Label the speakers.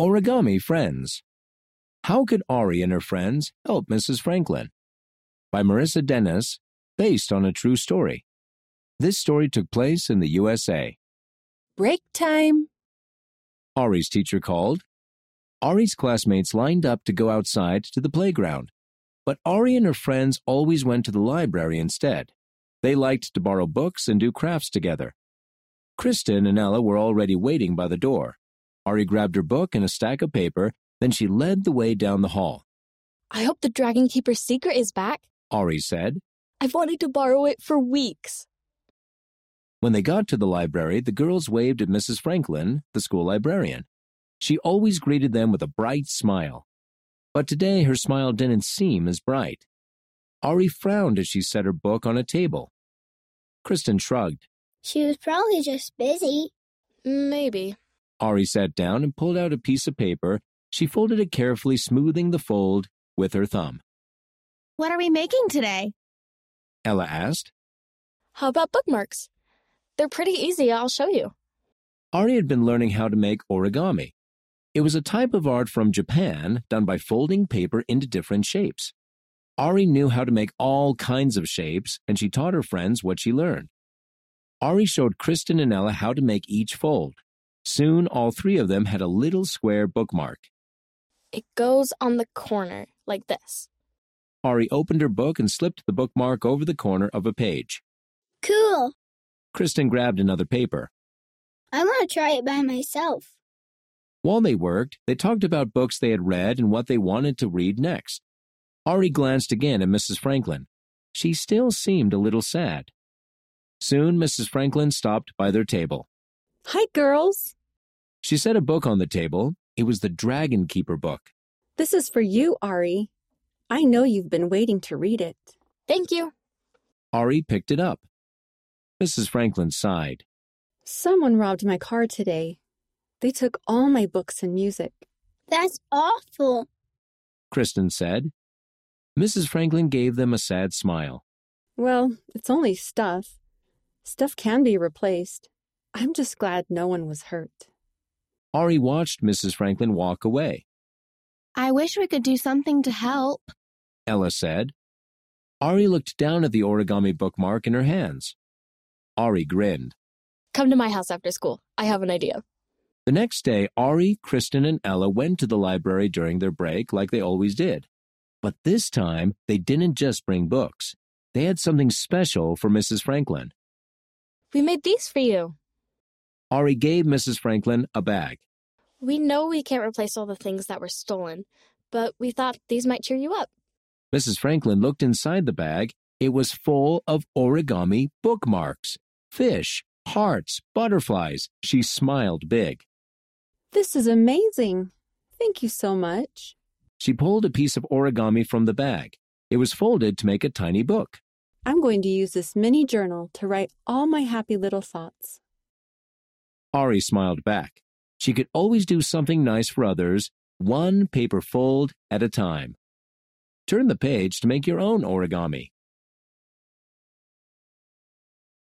Speaker 1: Origami Friends. How could Ari and her friends help Mrs. Franklin? By Marissa Dennis, based on a true story. This story took place in the USA.
Speaker 2: Break time.
Speaker 1: Ari's teacher called. Ari's classmates lined up to go outside to the playground. But Ari and her friends always went to the library instead. They liked to borrow books and do crafts together. Kristen and Ella were already waiting by the door. Ari grabbed her book and a stack of paper, then she led the way down the hall.
Speaker 2: I hope the Dragon Keeper's secret is back.
Speaker 1: Ari said.
Speaker 2: I've wanted to borrow it for weeks.
Speaker 1: When they got to the library, the girls waved at Mrs. Franklin, the school librarian. She always greeted them with a bright smile. But today her smile didn't seem as bright. Ari frowned as she set her book on a table. Kristen shrugged.
Speaker 3: She was probably just busy.
Speaker 2: Maybe.
Speaker 1: Ari sat down and pulled out a piece of paper. She folded it carefully, smoothing the fold with her thumb.
Speaker 4: What are we making today?
Speaker 1: Ella asked.
Speaker 2: How about bookmarks? They're pretty easy, I'll show you.
Speaker 1: Ari had been learning how to make origami. It was a type of art from Japan done by folding paper into different shapes. Ari knew how to make all kinds of shapes, and she taught her friends what she learned. Ari showed Kristen and Ella how to make each fold. Soon, all three of them had a little square bookmark.
Speaker 2: It goes on the corner, like this.
Speaker 1: Ari opened her book and slipped the bookmark over the corner of a page.
Speaker 3: Cool.
Speaker 1: Kristen grabbed another paper.
Speaker 3: I want to try it by myself.
Speaker 1: While they worked, they talked about books they had read and what they wanted to read next. Ari glanced again at Mrs. Franklin. She still seemed a little sad. Soon, Mrs. Franklin stopped by their table.
Speaker 4: Hi, girls.
Speaker 1: She set a book on the table. It was the Dragon Keeper book.
Speaker 4: This is for you, Ari. I know you've been waiting to read it.
Speaker 2: Thank you.
Speaker 1: Ari picked it up. Mrs. Franklin sighed.
Speaker 4: Someone robbed my car today. They took all my books and music.
Speaker 3: That's awful.
Speaker 1: Kristen said. Mrs. Franklin gave them a sad smile.
Speaker 4: Well, it's only stuff. Stuff can be replaced. I'm just glad no one was hurt.
Speaker 1: Ari watched Mrs. Franklin walk away.
Speaker 5: I wish we could do something to help.
Speaker 1: Ella said. Ari looked down at the origami bookmark in her hands. Ari grinned.
Speaker 2: Come to my house after school. I have an idea.
Speaker 1: The next day, Ari, Kristen, and Ella went to the library during their break like they always did. But this time, they didn't just bring books. They had something special for Mrs. Franklin.
Speaker 2: We made these for you.
Speaker 1: Ari gave Mrs. Franklin a bag.
Speaker 2: We know we can't replace all the things that were stolen, but we thought these might cheer you up.
Speaker 1: Mrs. Franklin looked inside the bag. It was full of origami bookmarks, fish, hearts, butterflies. She smiled big.
Speaker 4: This is amazing. Thank you so much.
Speaker 1: She pulled a piece of origami from the bag. It was folded to make a tiny book.
Speaker 4: I'm going to use this mini journal to write all my happy little thoughts.
Speaker 1: Ari smiled back. She could always do something nice for others, one paper fold at a time. Turn the page to make your own origami.